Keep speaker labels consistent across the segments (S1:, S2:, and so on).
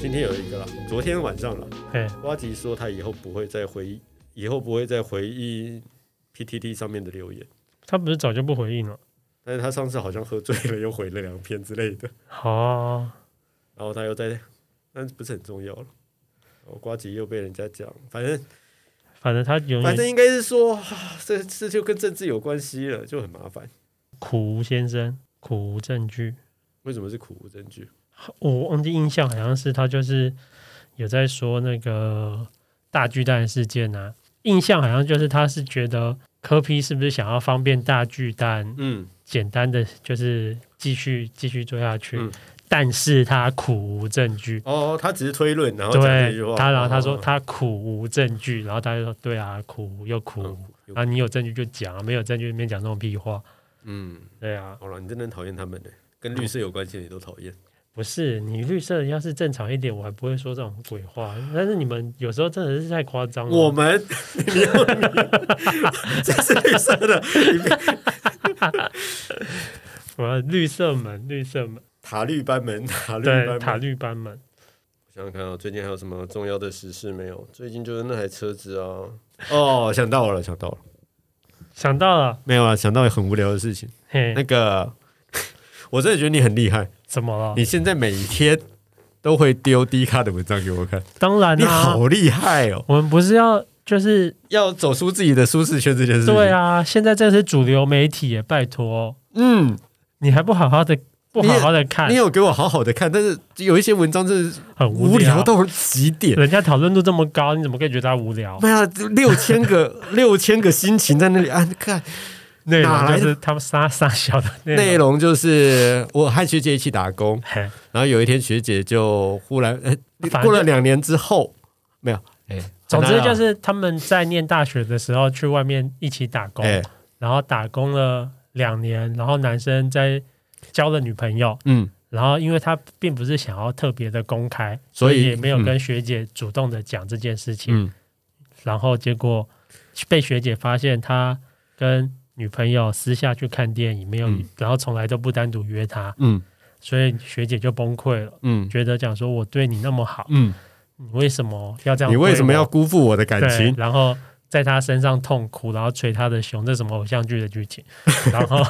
S1: 今天有一个啦，昨天晚上啦，
S2: 嘿，
S1: 瓜吉说他以后不会再回，以后不会再回忆 PTT 上面的留言，
S2: 他不是早就不回应了？
S1: 但是他上次好像喝醉了，又回了两篇之类的，
S2: 好、啊，
S1: 然后他又在，但不是很重要了。然后瓜吉又被人家讲，反正
S2: 反正他永
S1: 反正
S2: 远
S1: 应该是说，啊这这就跟政治有关系了，就很麻烦。
S2: 苦无先生，苦无证据。
S1: 为什么是苦无证据？
S2: 我忘记印象好像是他就是有在说那个大巨蛋的事件啊，印象好像就是他是觉得柯批是不是想要方便大巨蛋，
S1: 嗯，
S2: 简单的就是继续继续做下去，
S1: 嗯
S2: 但是他苦无证据。
S1: 哦，他只是推论，然后讲这句
S2: 对
S1: 话。
S2: 他，然后他说
S1: 哦
S2: 他苦无证据，然后大家就说对啊，苦无又苦
S1: 嗯
S2: 无，
S1: 有
S2: 啊，你有证据就讲，没有证据没讲这种屁话。
S1: 嗯，
S2: 对啊，
S1: 好了，你真的很讨厌他们呢，跟绿色有关系的你都讨厌。
S2: 不是你绿色要是正常一点，我还不会说这种鬼话。但是你们有时候真的是太夸张了。
S1: 我们， 你要你，这是绿色的
S2: 我要绿色门，绿色门，
S1: 塔绿班门，塔绿班
S2: 对，
S1: 门。
S2: 塔绿斑门。
S1: 想想看啊，最近还有什么重要的时事没有？最近就是那台车子啊。哦，想到了，想到了，
S2: 想到了，
S1: 没有啊，想到很无聊的事情。
S2: 嘿
S1: 那，个， 我真的觉得你很厉害，
S2: 怎么了？
S1: 你现在每一天都会丢低咖的文章给我看，
S2: 当然
S1: 你
S2: 啦、
S1: 好厉害哦！
S2: 我们不是要就是
S1: 要走出自己的舒适圈这件事情，
S2: 对，啊，现在这是主流媒体耶，拜托，
S1: 嗯，
S2: 你还不好好的不好好的看
S1: 你，有给我好好的看，但是有一些文章真的是
S2: 很
S1: 无
S2: 无
S1: 聊
S2: 聊。
S1: 到极点。
S2: 人家讨论度这么高，你怎么可以觉得它无聊？
S1: 没有六千个 六千个心情在那里啊！看
S2: 内
S1: 哪
S2: 容
S1: 来的
S2: 就是他们杀杀小的内
S1: 内
S2: 容。
S1: 容就是我和学姐一起打工，
S2: 嘿
S1: 然后有一天学姐就忽然，呃
S2: 反正
S1: 过了两年之后没有，哎、
S2: 总
S1: 很
S2: 之
S1: 难啊
S2: 就是他们在念大学的时候去外面一起打工，
S1: 哎、
S2: 然后打工了两年，然后男生在交了女朋友，
S1: 嗯，
S2: 然后因为他并不是想要特别的公开，
S1: 所
S2: 所
S1: 以
S2: 以也没有
S1: 嗯
S2: 跟学姐主动的讲这件事情。
S1: 嗯
S2: 然后结果被学姐发现他跟女朋友私下去看电影，没有，
S1: 嗯
S2: 然后从来都不单独约他，
S1: 嗯
S2: 所以学姐就崩溃了。
S1: 嗯
S2: 觉得讲说我对你那么好，
S1: 嗯，
S2: 你为什么要这样
S1: 你
S2: 对我？
S1: 为什么要辜负我的感
S2: 对
S1: 情？
S2: 然后在他身上痛哭，然后捶他的胸，这是什么偶像剧的 剧情？然后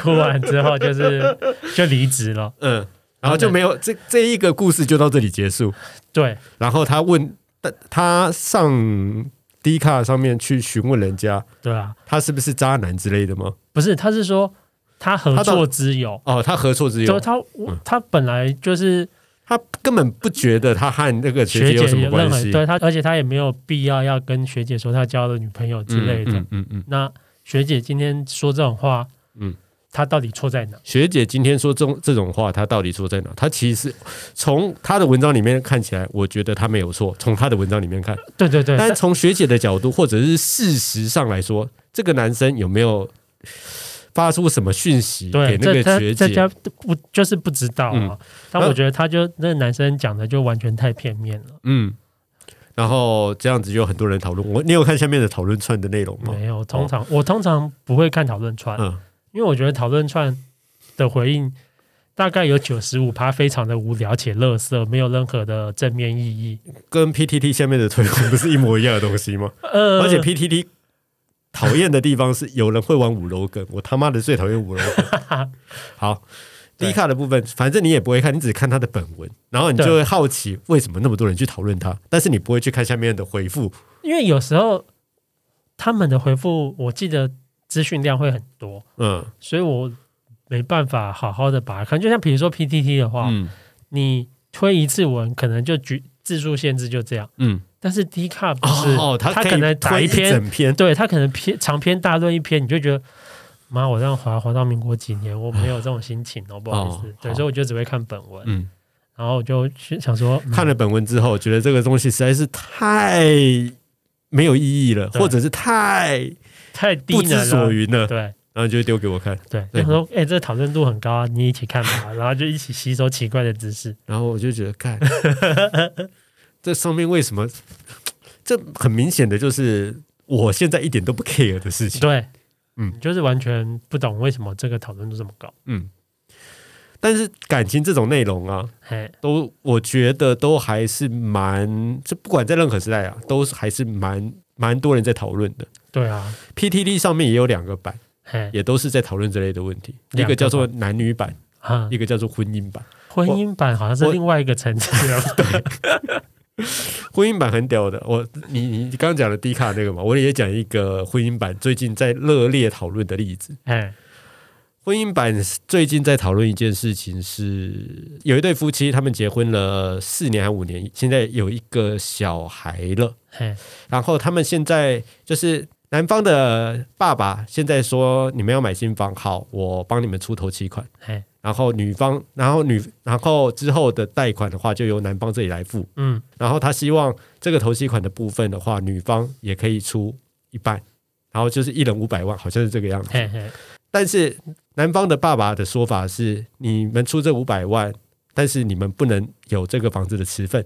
S2: 哭完之后就是就离职了。
S1: 嗯，然后就没有这这一个故事就到这里结束。
S2: 对，
S1: 然后他问，他他上 D 卡上面去询问人家，
S2: 对啊，
S1: 他是不是渣男之类的吗？
S2: 不是，他是说他合
S1: 他到
S2: 作之友，
S1: 哦，他何错之嗯
S2: 就
S1: 有？
S2: 他他本来就是
S1: 他根本不觉得他和那个学
S2: 学
S1: 姐
S2: 姐
S1: 有什
S2: 也
S1: 么
S2: 认
S1: 关
S2: 为
S1: 系
S2: 对他，而且他也没有必要要跟学姐说他交了女朋友之类的。
S1: 嗯嗯嗯嗯。
S2: 那学姐今天说这种话，
S1: 嗯
S2: 嗯，他到底错在哪？
S1: 学姐今天说这种这种话，她到底错在哪？她其实从她的文章里面看起来，我觉得她没有错。从她的文章里面看，
S2: 对 对对，
S1: 但是从学姐的角度，或者是事实上来说，这个男生有没有发出什么讯息
S2: 对，
S1: 给那
S2: 这
S1: 个
S2: 他
S1: 学
S2: 这
S1: 姐？
S2: 家不就是不知道啊？
S1: 嗯
S2: 但
S1: 呃
S2: 我觉得他就那个男生讲的就完全太片面了。
S1: 嗯，然后这样子就有很多人讨论。我你有看下面的讨论串的内容吗？
S2: 没有，通常、我通常不会看讨论串，
S1: 哦嗯，
S2: 因为我觉得讨论串的回应大概有九十五趴非常的无聊且垃圾，没有任何的正面意义。
S1: 跟 PTT 下面的推文不是一模一样的东西吗？
S2: 呃，
S1: 而且 PTT 讨厌的地方是有人会玩五楼梗，我他妈的最讨厌五楼梗。 好，
S2: 对
S1: 低卡的部分，反正你也不会看，你只看他的本文，然后你就
S2: 对
S1: 会好奇为什么那么多人去讨论他，但是你不会去看下面的回复。
S2: 因为有时候他们的回复，我记得资讯量会很多，
S1: 嗯
S2: 所以我没办法好好的把它看。就像比如说 PTT 的话，
S1: 嗯
S2: 你推一次文可能就局字数限制就这样。
S1: 嗯，
S2: 但是 D 卡不是，
S1: 哦，
S2: 他
S1: 可以
S2: 可能打
S1: 推一
S2: 篇，
S1: 整篇，
S2: 对他可能篇长篇大论一篇，你就觉得妈，我这样滑滑到民国几年，我没有这种心情哦，不好意思，
S1: 哦
S2: 对，
S1: 好
S2: 所以我就只会看本文，
S1: 嗯，
S2: 然后我就去想说，嗯
S1: 看了本文之后，觉得这个东西实在是太没有意义了，
S2: 对
S1: 或者是太
S2: 太低
S1: 不知
S2: 能
S1: 所
S2: 了，
S1: 云了，
S2: 对
S1: 然后就丢给我看。
S2: 对，
S1: 对
S2: 就说哎，这讨论度很高啊，你一起看吧，然后就一起吸收奇怪的知 识，
S1: 然后我就觉得，干， 这上面为什么？这很明显的就是我现在一点都不 care 的事情。
S2: 对，
S1: 嗯
S2: 嗯，就是完全不懂为什么这个讨论度这么高，
S1: 嗯，但是感情这种内容啊，
S2: 哎，
S1: 都我觉得都还是蛮，就不管在任何时代啊，都是还是蛮蛮多人在讨论的。
S2: 对啊，
S1: PTT 上面也有两个版，
S2: 哎
S1: 也都是在讨论这类的问题，一
S2: 两个版
S1: 个叫做男女版，
S2: 啊，
S1: 一个叫做婚姻版。
S2: 婚姻版好像是
S1: 我
S2: 另外一个层次了。
S1: 婚姻版很屌的，我你你你刚刚讲的迪卡那个嘛，我也讲一个婚姻版最近在热烈讨论的例子。
S2: 哎，
S1: 婚姻版最近在讨论一件事情是，有一对夫妻他们结婚了四年还五年，现在有一个小孩了。
S2: 哎，
S1: 然后他们现在就是男方的爸爸现在说你们要买新房，好，我帮你们出头期款。
S2: 哎，
S1: 然后女方，然后女，然后之后的贷款的话，就由男方这里来付。
S2: 嗯，
S1: 然后他希望这个头期款的部分的话，女方也可以出一半，然后就是一人五百万，好像是这个样子。
S2: 嘿嘿，
S1: 但是男方的爸爸的说法是，你们出这五百万，但是你们不能有这个房子的持份，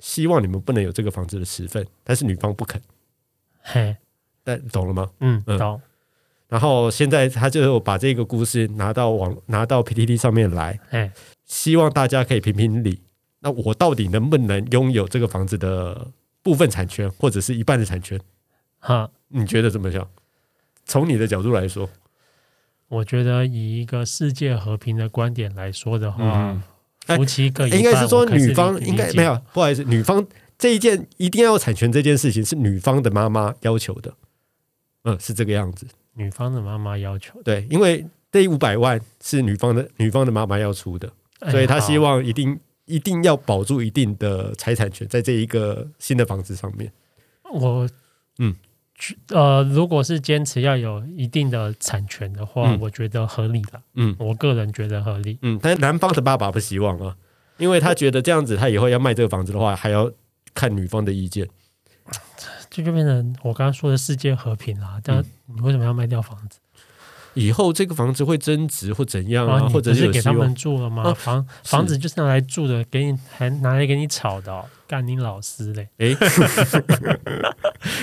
S1: 希望你们不能有这个房子的持份，但是女方不肯。
S2: 嘿，
S1: 但懂了吗？
S2: 嗯，
S1: 嗯
S2: 懂，
S1: 然后现在他就把这个故事拿到网拿到 PTT 上面来，
S2: 哎，
S1: 希望大家可以评评理。那我到底能不能拥有这个房子的部分产权，或者是一半的产权？
S2: 哈，
S1: 你觉得怎么样？从你的角度来说，
S2: 我觉得以一个世界和平的观点来说的话
S1: 嗯，哎
S2: 夫妻呃各一半，
S1: 应该是说
S2: 我可以
S1: 女方
S2: 理
S1: 应该
S2: 理解
S1: 没有，不好意思，女方这一件一定要有产权这件事情是女方的妈妈要求的，嗯，是这个样子。
S2: 女方的妈妈要求的，
S1: 对，因为这五百万是女方的女方的妈妈要出的，
S2: 哎
S1: 所以他希
S2: 好
S1: 望一定一定要保住一定的财产权在这一个新的房子上面。
S2: 我
S1: 嗯
S2: 去。呃，如果是坚持要有一定的产权的话，
S1: 嗯
S2: 我觉得合理了。
S1: 嗯
S2: 我个人觉得合理。
S1: 嗯，但是男方的爸爸不希望啊，因为他觉得这样子他以后要卖这个房子的话，还要看女方的意见。
S2: 这就变成我刚刚说的世界和平啦。
S1: 嗯
S2: 但你为什么要卖掉房子？
S1: 以后这个房子会增值或怎样
S2: 然
S1: 啊，
S2: 后哦你
S1: 或
S2: 不
S1: 者是
S2: 是
S1: 有
S2: 给
S1: 希
S2: 他
S1: 望
S2: 们住了吗？
S1: 啊
S2: 房房子就是拿来住的，给你还拿来给你炒的、哦，干你老师 嘞！
S1: 诶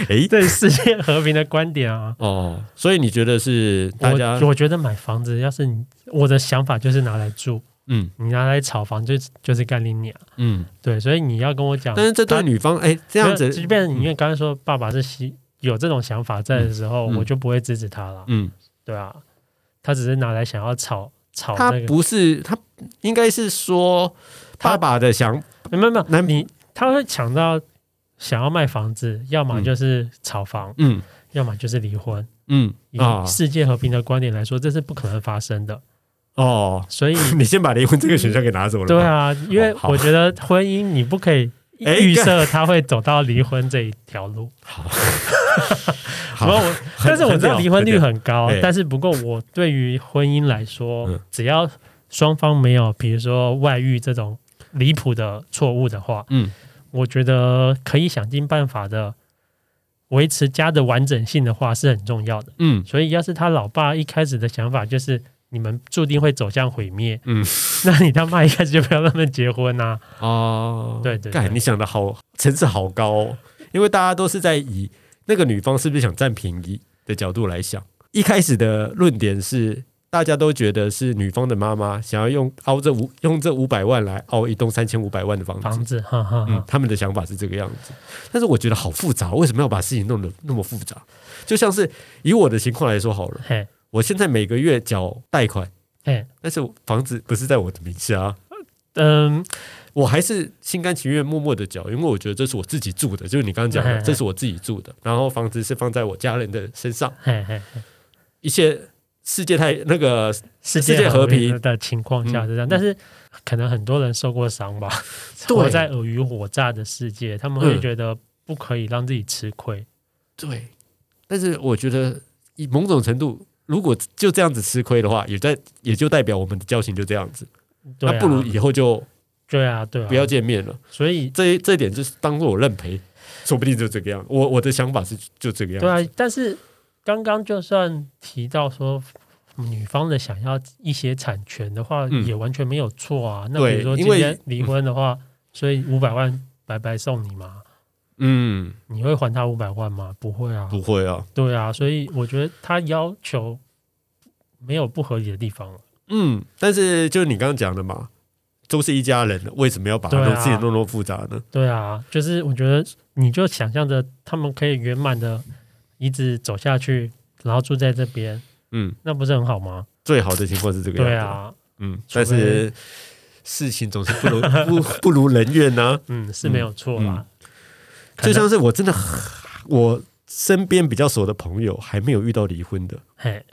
S1: 诶
S2: 对世界和平的观点啊，
S1: 哦，所以你觉得是大家
S2: 我我觉得买房子，要是你我的想法就是拿来住，
S1: 嗯
S2: 你拿来炒房就就是干你娘。
S1: 嗯，
S2: 对，所以你要跟我讲，
S1: 但是这对女方哎这样子嗯
S2: 即便你因为刚才说爸爸是希有这种想法在的时候，
S1: 嗯嗯
S2: 我就不会支持他了。
S1: 嗯，
S2: 对啊，他只是拿来想要炒炒
S1: 他
S2: 那个，
S1: 不是他应该是说
S2: 他
S1: 爸爸的想
S2: 没有没有，
S1: 那
S2: 你他会抢到想要卖房子，要么就是炒房，
S1: 嗯
S2: 要么就是离婚。
S1: 嗯
S2: 以
S1: 啊
S2: 世界和平的观点来说，这是不可能发生的。
S1: 哦，
S2: 所以，
S1: 你先把离婚这个选项给拿走了吧。
S2: 对啊，因为
S1: 哦好
S2: 我觉得婚姻你不可以
S1: 哎
S2: 预设他会走到离婚这一条路。
S1: 好，
S2: 不过我， 但是我知道离婚率很高
S1: 很屌，
S2: 但是不过我对于婚姻来说，
S1: 嗯
S2: 只要双方没有比如说外遇这种离谱的错误的话，
S1: 嗯，
S2: 我觉得可以想尽办法的维持家的完整性的话是很重要的。
S1: 嗯
S2: 所以，要是他老爸一开始的想法就是你们注定会走向毁灭，
S1: 嗯，
S2: 那你他妈一开始就不要让他们结婚啊 呐、
S1: 哦，
S2: 对对对
S1: 干，你想的好层次好高、哦，因为大家都是在以那个女方是不是想占便宜的角度来想。一开始的论点是，大家都觉得是女方的妈妈想要用凹这五用这五百万来凹一栋三千五百万的房子。
S2: 房子，哈哈
S1: 嗯
S2: 哈，，
S1: 他们的想法是这个样子，但是我觉得好复杂，为什么要把事情弄得那么复杂？就像是以我的情况来说好了，
S2: 嘿，
S1: 我现在每个月缴贷款，
S2: 嘿，
S1: 但是房子不是在我的名下、啊，
S2: 嗯，
S1: 我还是心甘情愿默默的缴，因为我觉得这是我自己住的，就是你刚刚讲
S2: 哎哎
S1: 的，
S2: 哎
S1: 这是我自己住的，然后房子是放在我家人的身上，
S2: 嘿嘿。
S1: 一切世界太那个，世
S2: 世界
S1: 界
S2: 和
S1: 和
S2: 平
S1: 平
S2: 的情况下
S1: 嗯
S2: 是这样，但是可能很多人受过伤吧，
S1: 对
S2: 活在尔虞我诈的世界，他们会
S1: 嗯
S2: 觉得不可以让自己吃亏。
S1: 对，但是我觉得以某种程度，如果就这样子吃亏的话，也在也就代表我们的交情就这样子，
S2: 对啊，
S1: 那不如以后就
S2: 对啊，对啊，
S1: 不要见面了。
S2: 所以
S1: 这这一点就是当做我认赔，说不定就这个样。我我的想法是就这个样子。
S2: 对啊，但是刚刚就算提到说。女方的想要一些产权的话，
S1: 嗯
S2: 也完全没有错啊。那
S1: 对
S2: 比如说今
S1: 因为
S2: 天离婚的话，所以五百万白白送你嘛，
S1: 嗯，
S2: 你会还他五百万吗？不会啊，
S1: 不会啊。
S2: 对啊，所以我觉得他要求没有不合理的地方了。
S1: 嗯，但是就是你刚刚讲的嘛，都是一家人了，为什么要把它
S2: 对
S1: 弄
S2: 啊
S1: 自己弄那么复杂呢？
S2: 对啊，就是我觉得你就想象着他们可以圆满的一直走下去，然后住在这边，
S1: 嗯，
S2: 那不是很好吗？
S1: 最好的情况是这个样子。
S2: 对，啊，
S1: 嗯，
S2: 除
S1: 但
S2: 非
S1: 是事情总是不 如不不如人愿呐、
S2: 嗯，是没有错啦。
S1: 嗯就
S2: 可能
S1: 像是我真的很我身边比较熟的朋友还没有遇到离婚的，
S2: 嘿，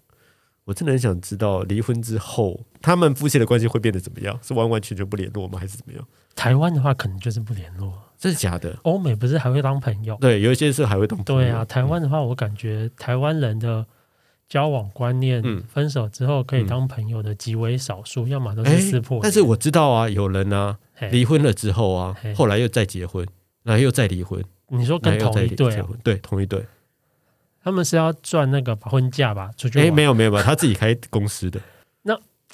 S1: 我真的很想知道离婚之后他们夫妻的关系会变得怎么样？是完完全全不联络吗？还是怎么样？
S2: 台湾的话可能就是不联络，
S1: 真的假的？
S2: 欧美不是还会当朋友？
S1: 对，有一嗯些是还会当朋友
S2: 对啊，台湾的话，我感觉台湾人的交往观念，
S1: 嗯
S2: 分手之后可以
S1: 嗯
S2: 当朋友的极为少数，要么都
S1: 哎
S2: 是撕破脸。
S1: 但是我知道啊，有人啊
S2: 嘿
S1: 离婚了之后啊
S2: 嘿，
S1: 后来又再结婚，然后又再离婚，
S2: 你说
S1: 然
S2: 跟
S1: 后又
S2: 同
S1: 再
S2: 一对
S1: 结
S2: 啊，
S1: 婚，对，同一对。
S2: 他们是要赚那个吧婚嫁吧，出去
S1: 哎，
S2: 玩，
S1: 没有没有没有，他自己开公司 的，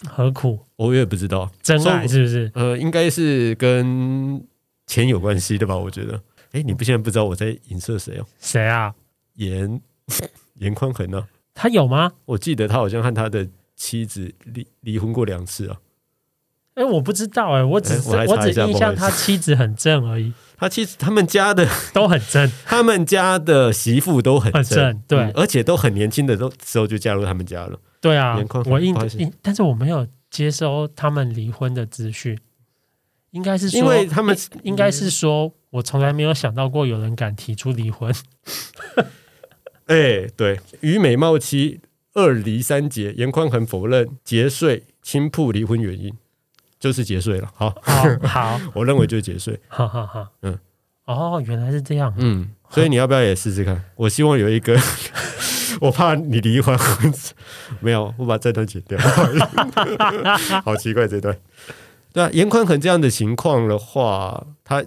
S2: 何苦？
S1: 我也不知道。
S2: 真
S1: 收
S2: 爱是不是？
S1: 呃，应该是跟钱有关系的吧？我觉得。哎，你不现在不知道我在影射谁哦？
S2: 谁啊？
S1: 严 严宽恒啊，
S2: 他有吗？
S1: 我记得他好像和他的妻子离离婚过两次啊。
S2: 哎，我不知道哎，我只
S1: 哎
S2: 是
S1: 我来
S2: 我
S1: 查
S2: 只
S1: 一下
S2: 印
S1: 不好
S2: 象
S1: 意思
S2: 他妻子很正而已，
S1: 他妻子他们家的
S2: 都很 正。
S1: 他们家的媳妇都很
S2: 很
S1: 正，
S2: 正对
S1: 嗯而且都很年轻的都时候就嫁入他们家了。
S2: 对啊
S1: 严宽，宏
S2: 我印
S1: 不好意思
S2: 印，但是我没有接收他们离婚的资讯，应该是说
S1: 因为他们
S2: 应应该是说，我从来没有想到过有人敢提出 离婚。
S1: 哎、对，于美貌妻二离三结，严宽恒否认节税轻铺离婚原因，就是节税了。好，
S2: 哦，好，
S1: 我认为就是节税。
S2: 哈哈哈。
S1: 嗯，
S2: 哦，原来是这样。
S1: 嗯，所以你要不要也试试看？我希望有一个， 我怕你离婚，没有，我把这段剪掉。 好奇怪这段。对啊，严宽恒这样的情况的话，他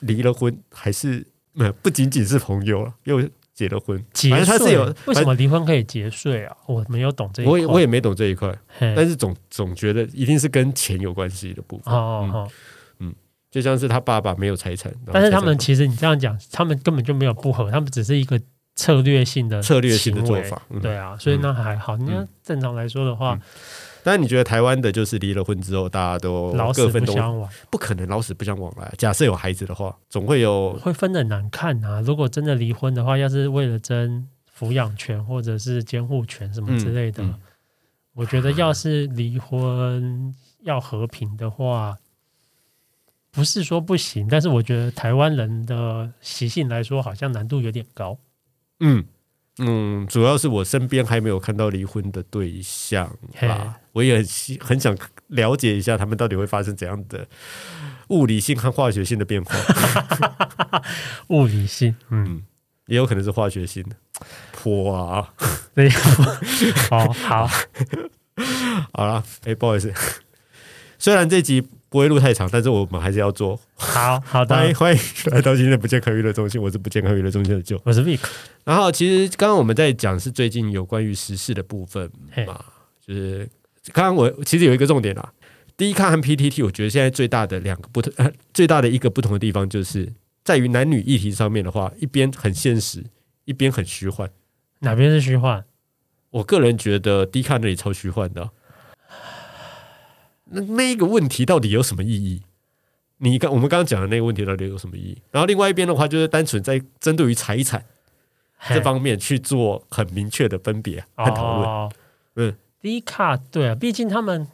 S1: 离了婚还是呃不仅仅是朋友了，又结了婚。
S2: 结
S1: 反正他是
S2: 税
S1: 有
S2: 为什么离婚可以结税啊？我没有懂这一块。
S1: 我也我也没懂这一块，
S2: 嘿
S1: 但是总总觉得一定是跟钱有关系的部分，
S2: 哦哦哦，
S1: 就像是他爸爸没有财产，然后
S2: 但是他
S1: 财产
S2: 们其实你这样讲，他们根本就没有不和，他们只是一个策略性的
S1: 策略性的
S2: 行
S1: 做
S2: 为。
S1: 法。嗯
S2: 对啊，所以那还好。那正常来说的话，
S1: 但你觉得台湾的就是离了婚之后，大家都
S2: 老死
S1: 各分
S2: 不
S1: 东
S2: 相往，
S1: 不可能老死不相往来。啊假设有孩子的话，总会有
S2: 会分的难看啊。如果真的离婚的话，要是为了争抚养权或者是监护权什么之类的，
S1: 嗯嗯
S2: 我觉得要是离婚要和平的话，不是说不行，但是我觉得台湾人的习性来说，好像难度有点高。
S1: 嗯嗯，主要是我身边还没有看到离婚的对象啦，我也很希很想了解一下他们到底会发生怎样的物理性和化学性的变化，
S2: 物理性，嗯，
S1: 也有可能是化学性的。 泼啊！
S2: 对， 哦，好，
S1: 好啦，哎、不好意思， 虽然这集不会录太长，但是我们还是要做。
S2: 好，好
S1: 欢迎
S2: 的，
S1: 欢迎来到今天的不健康娱乐中心，我是不健康娱乐中心的舅。
S2: 我是 Vic，
S1: 然后其实刚刚我们在讲是最近有关于时事的部分
S2: 嘿
S1: 嘛，就是刚刚我其实有一个重点啦，第一看和 PTT，我觉得现在最大的两个不同，呃最大的一个不同的地方就是在于男女议题上面的话，一边很现实，一边很虚幻。
S2: 哪边是虚幻？
S1: 我个人觉得 D 卡那里超虚幻的啊、那那一个问题到底有什么意义？你刚我们刚刚讲的那个问题到底有什么意义？然后另外一边的话，就是单纯在针对于财产。这
S2: 嘿
S1: 方面去做很明确的分别和讨论，
S2: 哦、
S1: 嗯
S2: 低卡对啊，毕竟他们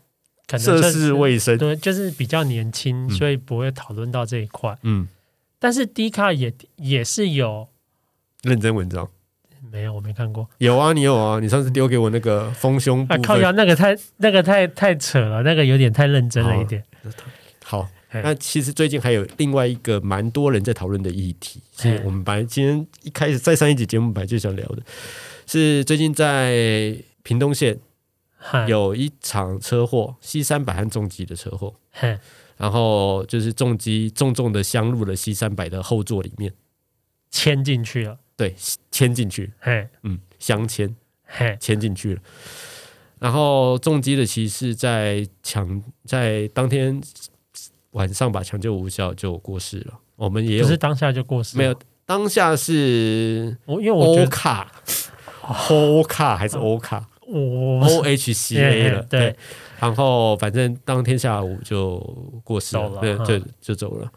S2: 可能
S1: 涉
S2: 算
S1: 世
S2: 是
S1: 未深。
S2: 对，就是比较年轻，
S1: 嗯
S2: 所以不会讨论到这一块。
S1: 嗯，
S2: 但是低卡也也是有，
S1: 认真文章
S2: 没有我没看过
S1: 有啊，你有啊，你上次丢给我那个丰胸部
S2: 啊，
S1: 分
S2: 靠腰那个太那个太太扯了，那个有点太认真了一点。
S1: 好，
S2: 嘿
S1: 那其实最近还有另外一个蛮多人在讨论的议题，
S2: 嘿
S1: 是我们本来今天一开始在上一集节目本来就想聊的，是最近在屏东县
S2: 嗨
S1: 有一场车祸，C 三百和重机的车祸，
S2: 嘿
S1: 然后就是重机重重的镶入了 C 三百的后座里面，
S2: 牵进去了，
S1: 对，牵进去，
S2: 嘿
S1: 嗯，镶嵌。
S2: 嘿
S1: 牵进去了。然后重击的骑士在抢在当天晚上吧，抢救无效就过世了。我们也
S2: 不
S1: 有
S2: 是当下就过世了，
S1: 没有哦当下是
S2: 我因为我
S1: 欧
S2: 觉 得哦
S1: 卡，欧卡还是欧卡？
S2: 我
S1: O H C A 了，
S2: 哎对
S1: 对，然后反正当天下午就过世
S2: 走
S1: 了，
S2: 了
S1: 对，
S2: 嗯
S1: 就就走了。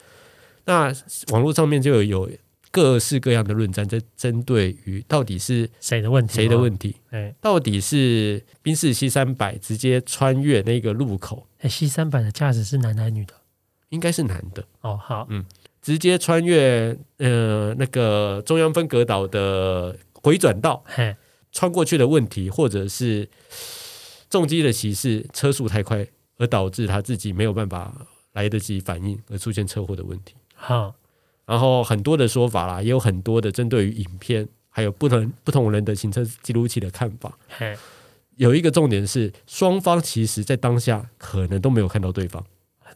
S1: 那网络上面就有有各式各样的论战，在针对于到底是
S2: 谁的问题？
S1: 谁的问题，
S2: 题？哎
S1: 到底是宾士 C 三百直接穿越那个路口，
S2: 哎，C 三百的驾驶是男的还是女的？
S1: 应该是男的，
S2: 哦，好，
S1: 直接穿越呃那个中央分隔岛的回转道
S2: 嘿，
S1: 穿过去的问题，或者是重机的骑士车速太快，而导致他自己没有办法来得及反应，而出现车祸的问题。
S2: 好，
S1: 然后很多的说法啦，也有很多的针对于影片，还有不同不同人的行车记录器的看法。
S2: 嘿，
S1: 有一个重点是，双方其实在当下可能都没有看到对方，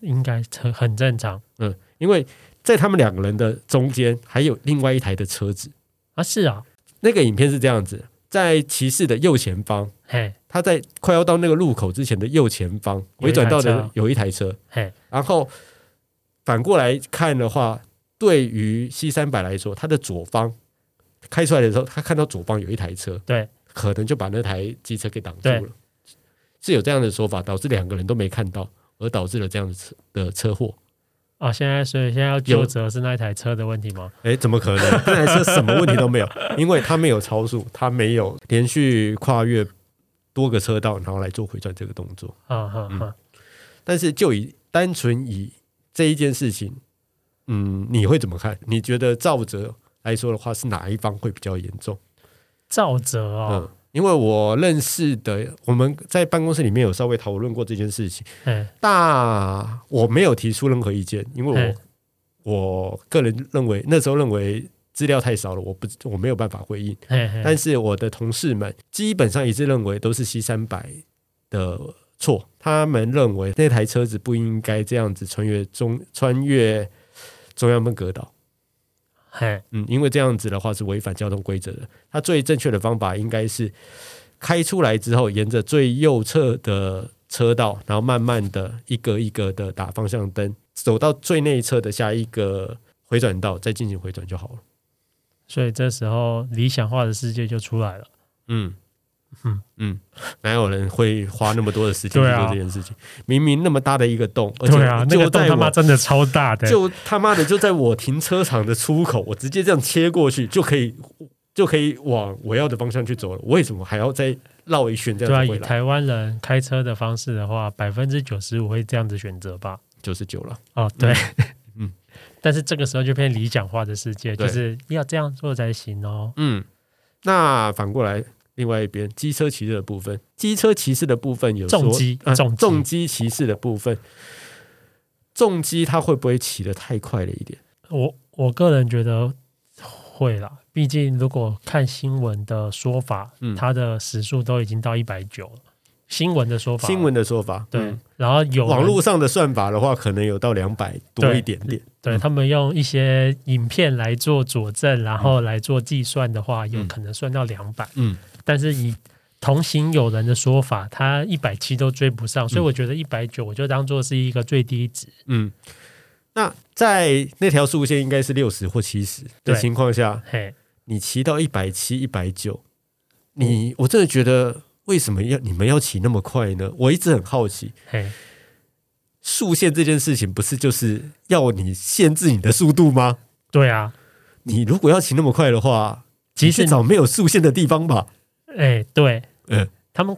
S2: 应该很很正常
S1: 嗯，因为在他们两个人的中间还有另外一台的车子。
S2: 啊，是啊，
S1: 那个影片是这样子，在骑士的右前方，
S2: 嘿，
S1: 他在快要到那个路口之前的右前方
S2: 有
S1: 回
S2: 一
S1: 转道
S2: 台车
S1: 的有一台车，
S2: 嘿，
S1: 然后反过来看的话，对于 C 三百来说，它的左方开出来的时候，他看到左方有一台车，
S2: 对，
S1: 可能就把那台机车给挡住
S2: 对
S1: 了，是有这样的说法，导致两个人都没看到，而导致了这样的车的车祸。
S2: 啊，现在所以现在要纠责是那一台车的问题吗？
S1: 哎，怎么 可能？那台车什么问题都没有，因为它没有超速，它没有连续跨越多个车道，然后来做回转这个动作。
S2: 啊哈
S1: 嗯
S2: 哈，
S1: 但是就以单纯以这一件事情，嗯，你会怎么看？你觉得照着来说的话，是哪一方会比较严重？
S2: 赵哲哦，
S1: 嗯，因为我认识的，我们在办公室里面有稍微讨论过这件事情，
S2: 嘿，
S1: 大我没有提出任何意见，因为
S2: 嗯
S1: 我我个人认为那时候认为资料太少了，我不我没有办法回应。
S2: 嘿嘿，
S1: 但是我的同事们基本上一致认为都是 C 三百的错，他们认为那台车子不应该这样子穿越中穿越中央分隔岛。
S2: 嘿，
S1: 嗯，因为这样子的话是违反交通规则的。它最正确的方法应该是开出来之后，沿着最右侧的车道，然后慢慢的一个一个的打方向灯，走到最内侧的下一个回转道，再进行回转就好了。
S2: 所以这时候理想化的世界就出来了。
S1: 嗯
S2: 嗯
S1: 嗯，哪有人会花那么多的时间
S2: 对
S1: 去
S2: 啊
S1: 做这件事情？明明那么大的一个洞，而且
S2: 对啊，那个
S1: 就
S2: 洞
S1: 在
S2: 他妈
S1: 我
S2: 真的超大的，
S1: 就他妈的就在我停车场的出口，我直接这样切过去就可以，就可以往我要的方向去走了。为什么还要再绕一圈这
S2: 对啊，
S1: 样子回
S2: 以
S1: 来？
S2: 台湾人开车的方式的话，百分之九十五会这样子选择吧。
S1: 九十九了，
S2: 哦，对，嗯
S1: 嗯，
S2: 但是这个时候就变理想化的世界，就
S1: 对
S2: 是要这样做才行哦。
S1: 嗯。那反过来，另外一边机车骑士的部分，机车骑士的部分有说
S2: 重机
S1: 呃
S2: 重机
S1: 重机骑士的部分，重机它会不会骑得太快了一点？
S2: 我我个人觉得会啦，毕竟如果看新闻的说法，
S1: 嗯
S2: 它的时速都已经到一百九了。新闻的说法，
S1: 新闻的说法，
S2: 对，
S1: 嗯
S2: 然后有人
S1: 网络上的算法的话，可能有到两百多一点点。
S2: 对他们用一些影片来做佐证，然后来做计算的话，有
S1: 嗯
S2: 可能算到两百、
S1: 嗯，
S2: 但是以同行有人的说法，他一百七都追不上，所以我觉得一百九我就当做是一个最低值。
S1: 嗯，那在那条速线应该是六十或七十的
S2: 对
S1: 情况下，
S2: 嘿，
S1: 你骑到一百七、一百九，你我真的觉得为什么要你们要骑那么快呢？我一直很好奇，
S2: 嘿，
S1: 速线这件事情不是就是要你限制你的速度吗？
S2: 对啊，
S1: 你如果要骑那么快的话，
S2: 即
S1: 你
S2: 使
S1: 去找没有速线的地方吧？
S2: 哎，对，
S1: 嗯
S2: 他们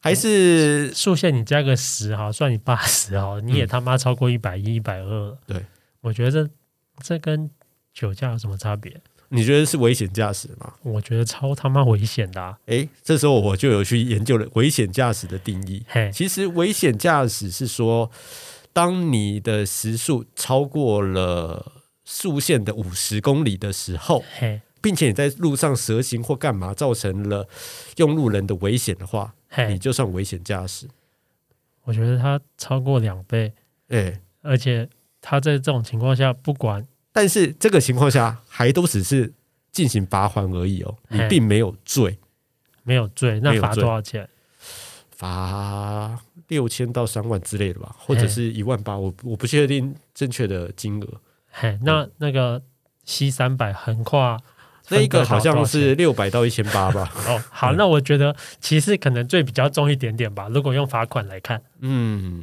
S1: 还是
S2: 速线你加个十哈，算你八十哈，你也他妈超过一百一、一百二了。
S1: 对，
S2: 我觉得这这跟酒驾有什么差别？
S1: 你觉得是危险驾驶吗？
S2: 我觉得超他妈危险的、啊。
S1: 诶，这时候我就有去研究了危险驾驶的定义。
S2: 嘿，
S1: 其实危险驾驶是说，当你的时速超过了速限的五十公里的时候，
S2: 嘿，
S1: 并且你在路上蛇行或干嘛造成了用路人的危险的话，你
S2: 嘿，
S1: 就算危险驾驶。
S2: 我觉得他超过两倍，
S1: 诶，
S2: 而且他在这种情况下，不管
S1: 但是这个情况下还都只是进行罚款而已哦，你
S2: 嘿
S1: 并没有罪，
S2: 没有罪，那
S1: 没有
S2: 罚
S1: 罪
S2: 多少钱？
S1: 罚六千到三万之类的吧，或者是一万八，我我不确定正确的金额。
S2: 嘿，那那个 C 三百横跨
S1: 那一个
S2: 分割
S1: 好像
S2: 多少
S1: 是六百到一千八吧。
S2: 哦，好，那我觉得歧视可能罪比较重一点点吧。如果用罚款来看，
S1: 嗯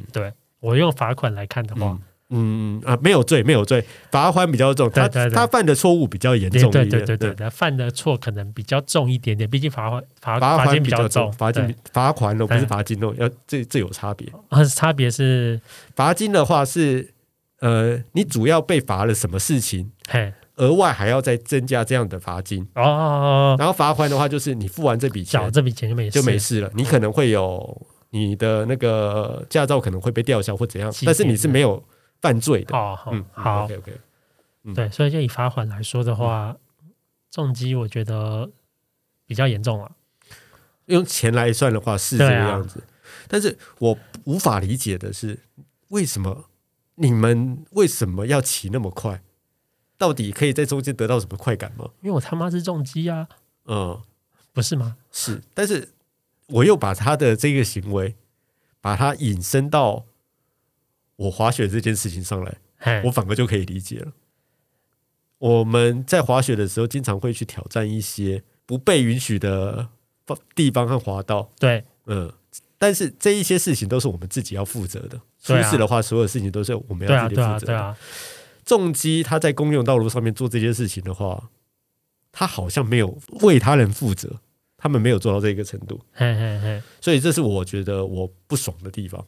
S2: 我用罚款来看的话，
S1: 嗯啊，没有罪，没有罪，罚款比较重，他
S2: 对对对
S1: 他犯的错误比较严
S2: 对
S1: 重一
S2: 对
S1: 点，
S2: 对对对，对犯的错可能比较重一点点，毕竟罚款罚
S1: 罚
S2: 罚
S1: 款
S2: 金
S1: 比
S2: 较
S1: 较
S2: 重，
S1: 重，罚金
S2: 对
S1: 比罚款哦，不是
S2: 对
S1: 罚金哦，要这这有差别。
S2: 啊差别是
S1: 罚金的话是，呃，你主要被罚了什么事情，
S2: 嘿
S1: 额外还要再增加这样的罚金。
S2: 哦哦哦，哦
S1: 然后罚款的话，就是你付完这笔
S2: 缴
S1: 钱
S2: 这笔钱就没事
S1: 就没事了，你可能会有你的那个驾照可能会被吊销或怎样
S2: 七，天
S1: 但是你是没有犯罪的。嗯
S2: 哦，好好，
S1: ，OK OK，嗯
S2: 对，所以就以罚款来说的话，重击我觉得比较严重啊了。
S1: 用钱来算的话是这个
S2: 对啊
S1: 样子，但是我无法理解的是，为什么你们为什么要骑那么快？到底可以在中间得到什么快感吗？
S2: 因为我他妈是重击啊，
S1: 嗯，
S2: 不是吗？
S1: 是，但是我又把他的这个行为，把它引申到我滑雪这件事情上来，
S2: 嘿
S1: 我，反而就可以理解了。我们在滑雪的时候，经常会去挑战一些不被允许的方地方和滑道，
S2: 对
S1: 嗯，但是这一些事情都是我们自己要负责的。出
S2: 对啊
S1: 事的话，所有事情都是我们
S2: 对
S1: 要
S2: 啊
S1: 自己
S2: 对
S1: 负
S2: 啊
S1: 责的。
S2: 对啊，
S1: 重击他在公用道路上面做这件事情的话，他好像没有为他人负责，他们没有做到这个程度。
S2: 嘿嘿嘿。
S1: 所以这是我觉得我不爽的地方。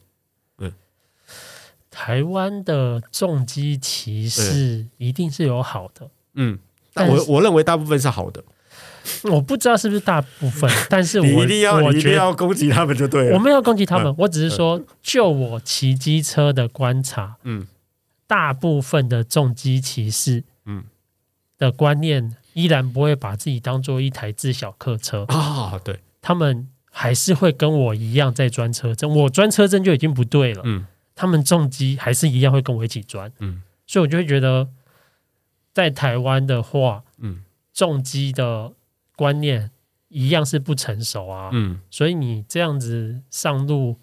S2: 台湾的重机骑士一定是有好的，
S1: 嗯，但
S2: 但
S1: 我
S2: 是
S1: 我认为大部分是好的，
S2: 我不知道是不是大部 分，但是我
S1: 你一定要
S2: 我
S1: 你一定
S2: 觉得
S1: 要攻击他们就对嗯
S2: 我
S1: 了。
S2: 没有攻击他们，我只是说，就我骑机车的观察，
S1: 嗯
S2: 大部分的重机骑士
S1: 嗯
S2: 的观念依然不会把自己当做一台自小客车，
S1: 啊，对，
S2: 他们还是会跟我一样在专车证，我专车证就已经不对了，
S1: 嗯
S2: 他们重机还是一样会跟我一起专，
S1: 嗯
S2: 所以我就会觉得，在台湾的话，
S1: 嗯
S2: 重机的观念一样是不成熟啊，
S1: 嗯，
S2: 所以你这样子上路，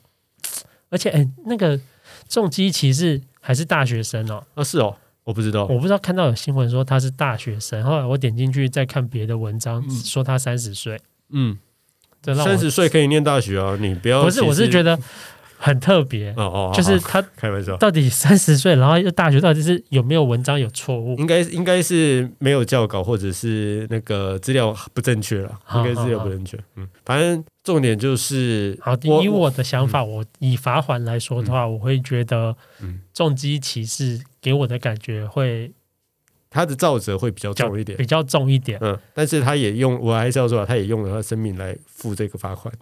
S2: 而且哎、那个重机骑士还是大学生哦，
S1: 啊是哦，我不知道，
S2: 我不知道看到有新闻说他是大学生，后来我点进去再看别的文章，
S1: 嗯
S2: 说他三十岁，
S1: 嗯，
S2: 这让我
S1: 三十岁可以念大学啊，你不要
S2: 不是，我是觉
S1: 得
S2: 得很特别，
S1: 哦哦，
S2: 就是
S1: 好
S2: 他
S1: 开玩笑，
S2: 到底三十岁，然后又大学，到底是有没有文章有错误？
S1: 应该应该是没有教稿或者是那个资料不正确了，应
S2: 好
S1: 该资料
S2: 好
S1: 不正确，嗯，反正重点就是
S2: 好，以我的想法，我以罚款来说的话，我会觉得
S1: 嗯
S2: 重击骑士给我的感觉会
S1: 他的造责会比较重一点，
S2: 比较重一点，
S1: 嗯，但是他也用，我还是要说啊，他也用了他的生命来付这个罚款。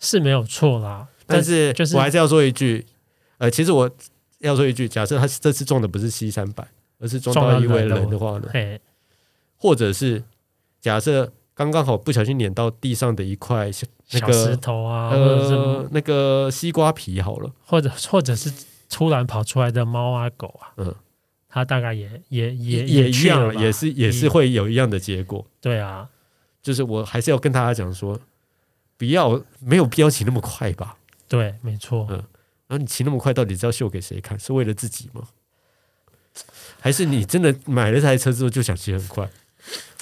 S2: 是没有错啦。
S1: 但是
S2: 就是
S1: 我还是要说一句，呃，其实我要说一句，假设他这次撞的不是 C 三百，而是撞
S2: 撞
S1: 到
S2: 到
S1: 一位
S2: 人的
S1: 人的话呢，
S2: 嘿，
S1: 或者是假设刚刚好不小心碾到地上的一块小那
S2: 小石
S1: 个
S2: 头啊，或者是
S1: 呃那个西瓜皮好了，
S2: 或者或者是突然跑出来的猫啊狗啊，
S1: 嗯
S2: 嗯，它大概也也也
S1: 也一
S2: 去
S1: 样
S2: 了
S1: 了，
S2: 吧，嗯
S1: 也是也是会有一样的结果。
S2: 对啊，
S1: 就是我还是要跟大家讲说，不要没有必要骑那么快吧。
S2: 对，没错。
S1: 嗯然后你骑那么快，到底是要秀给谁看？是为了自己吗？还是你真的买了这台车之后就想骑很快？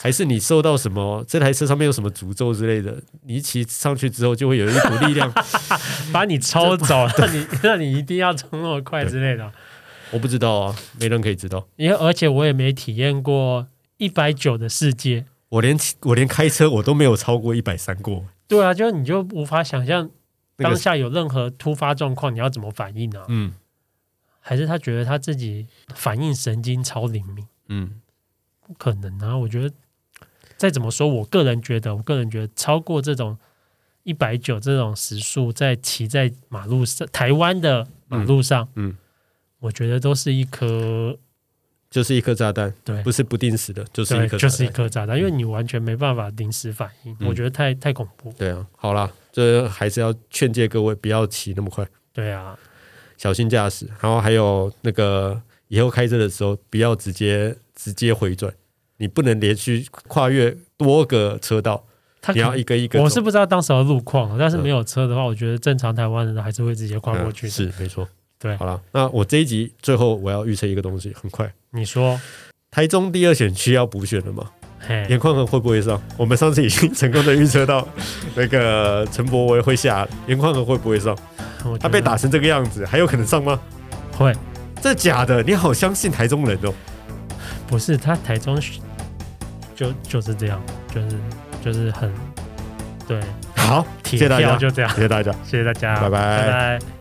S1: 还是你受到什么这台车上面有什么诅咒之类的？你一骑上去之后就会有一股力量， 嗯
S2: 把你抽走，让你让你一定要冲那么快之类的。
S1: 我不知道啊，没人可以知道。
S2: 因为而且我也没体验过一百九的世界，
S1: 我连骑我连开车我都没有超过一百三过，
S2: 对啊，就是你就无法想象
S1: 那
S2: 当
S1: 个
S2: 下有任何突发状况，你要怎么反应啊？
S1: 嗯
S2: 还是他觉得他自己反应神经超灵敏？
S1: 嗯，
S2: 不可能啊！我觉得再怎么说，我个人觉得，我个人觉得超过这种一百九这种时速，在骑在马路上，台湾的马路上，
S1: 嗯嗯
S2: 我觉得都是一颗
S1: 就是一颗炸弹，
S2: 对
S1: 不是不定时的，就是一
S2: 对
S1: 颗炸弹，
S2: 就是一颗炸弹，因为你完全没办法临时反应，
S1: 嗯
S2: 我觉得太太恐怖。
S1: 对啊。好啦，这还是要劝诫各位不要骑那么快。
S2: 对啊，
S1: 小心驾驶，然后还有那个以后开车的时候不要直接直接回转，你不能连续跨越多个车道，
S2: 他
S1: 你
S2: 可
S1: 要一个一个走。
S2: 我是不知道当时的路况，但是
S1: 嗯
S2: 没有车的话，我觉得正常台湾人还是会直接跨过去
S1: 嗯
S2: 的。
S1: 是没错。
S2: 对
S1: 好了，那我这一集最后我要预测一个东西，很快，
S2: 你说，
S1: 台中第二选区要补选了嘛？
S2: 嘿，
S1: 严宽恒会不会上？我们上次已经成功的预测到那个陈柏维会下，严宽恒会不会上？
S2: 我觉
S1: 他被
S2: 得
S1: 打成这个样子，还有可能上吗？
S2: 会
S1: 这假的？你好相信台中人哦？
S2: 不是他台中就就是这样，就是就是很对
S1: 好，谢
S2: 铁
S1: 谢大
S2: 票
S1: 家，
S2: 就这样，
S1: 谢谢大家。
S2: 谢谢大家，
S1: 拜拜
S2: 拜拜。